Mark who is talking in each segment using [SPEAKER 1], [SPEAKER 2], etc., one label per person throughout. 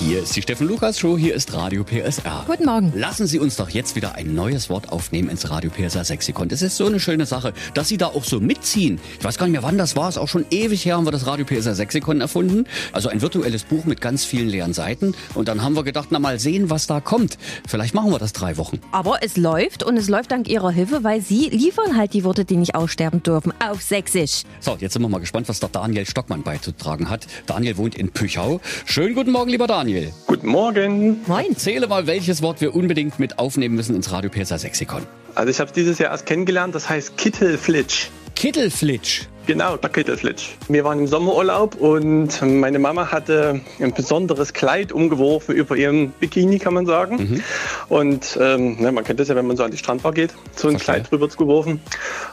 [SPEAKER 1] Hier ist die Steffen Lukas Show, hier ist Radio PSR.
[SPEAKER 2] Guten Morgen.
[SPEAKER 1] Lassen Sie uns doch jetzt wieder ein neues Wort aufnehmen ins Radio PSR Sexikon. Das ist so eine schöne Sache, dass Sie da auch so mitziehen. Ich weiß gar nicht mehr, wann das war. Es ist auch schon ewig her, haben wir das Radio PSR Sexikon erfunden. Also ein virtuelles Buch mit ganz vielen leeren Seiten. Und dann haben wir gedacht, na mal sehen, was da kommt. Vielleicht machen wir das drei Wochen.
[SPEAKER 2] Aber es läuft und es läuft dank Ihrer Hilfe, weil Sie liefern halt die Worte, die nicht aussterben dürfen, auf Sächsisch.
[SPEAKER 1] So, jetzt sind wir mal gespannt, was der Daniel Stockmann beizutragen hat. Daniel wohnt in Püchau. Schönen guten Morgen, lieber Daniel.
[SPEAKER 3] Guten Morgen.
[SPEAKER 2] Moin.
[SPEAKER 1] Zähle mal, welches Wort wir unbedingt mit aufnehmen müssen ins Radio PSR Sexikon.
[SPEAKER 3] Also ich habe dieses Jahr erst kennengelernt, das heißt Kittelflitsch.
[SPEAKER 1] Kittelflitsch.
[SPEAKER 3] Genau, der Kittelflitsch. Wir waren im Sommerurlaub und meine Mama hatte ein besonderes Kleid umgeworfen über ihrem Bikini, kann man sagen. Und ähm, ne, man kennt das ja, wenn man so an die Strandbar geht, so ein
[SPEAKER 1] Verstehe.
[SPEAKER 3] Kleid drüber geworfen.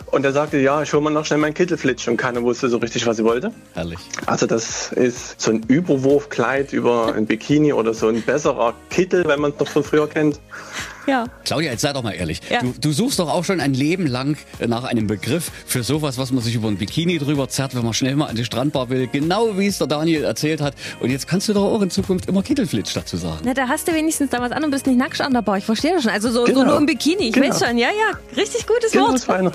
[SPEAKER 3] Und er sagte, ja, ich hol mal noch schnell meinen Kittelflitsch. Und keiner wusste so richtig, was sie wollte.
[SPEAKER 1] Herrlich.
[SPEAKER 3] Also das ist so ein Überwurfkleid über ein Bikini oder so ein besserer Kittel, wenn man es noch von früher kennt.
[SPEAKER 2] Ja.
[SPEAKER 1] Claudia, jetzt sei doch mal ehrlich.
[SPEAKER 2] Ja.
[SPEAKER 1] Du, du suchst doch auch schon ein Leben lang nach einem Begriff für sowas, was man sich über ein Bikini drüber zerrt, wenn man schnell mal an die Strandbar will. Genau wie es der Daniel erzählt hat. Und jetzt kannst du doch auch in Zukunft immer Kittelflitsch dazu sagen.
[SPEAKER 2] Na, da hast du wenigstens da was an und bist nicht nackt an der Bar. Ich verstehe das schon. Also so, so
[SPEAKER 3] Genau.
[SPEAKER 2] nur im Bikini. Ich
[SPEAKER 3] Genau.
[SPEAKER 2] weiß schon. Ja, ja. Richtig gutes
[SPEAKER 3] Genau,
[SPEAKER 2] Wort.
[SPEAKER 3] das war einer.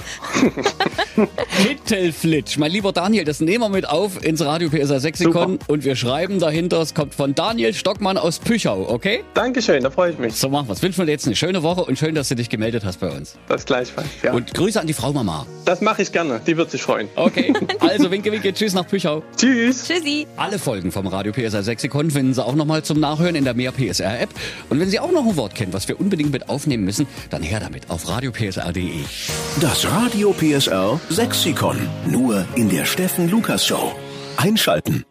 [SPEAKER 1] Kittelflitsch. Mein lieber Daniel, das nehmen wir mit auf ins Radio PSA Sexikon und wir schreiben dahinter, es kommt von Daniel Stockmann aus Püchau, okay?
[SPEAKER 3] Dankeschön, da freue ich mich.
[SPEAKER 1] So machen wir's. Wünschen wir dir jetzt eine schöne Woche und schön, dass du dich gemeldet hast bei uns.
[SPEAKER 3] Das gleichfalls. Ja.
[SPEAKER 1] Und Grüße an die Frau Mama.
[SPEAKER 3] Das mache ich gerne. Die wird sich freuen.
[SPEAKER 1] Okay, also winke, winke, tschüss nach Püchau.
[SPEAKER 3] Tschüss.
[SPEAKER 2] Tschüssi.
[SPEAKER 1] Alle Folgen vom Radio PSR Sexikon finden Sie auch nochmal zum Nachhören in der Mehr PSR App. Und wenn Sie auch noch ein Wort kennen, was wir unbedingt mit aufnehmen müssen, dann her damit auf radiopsr.de.
[SPEAKER 4] Das Radio PSR Sexikon. Nur in der Steffen Lukas Show. Einschalten.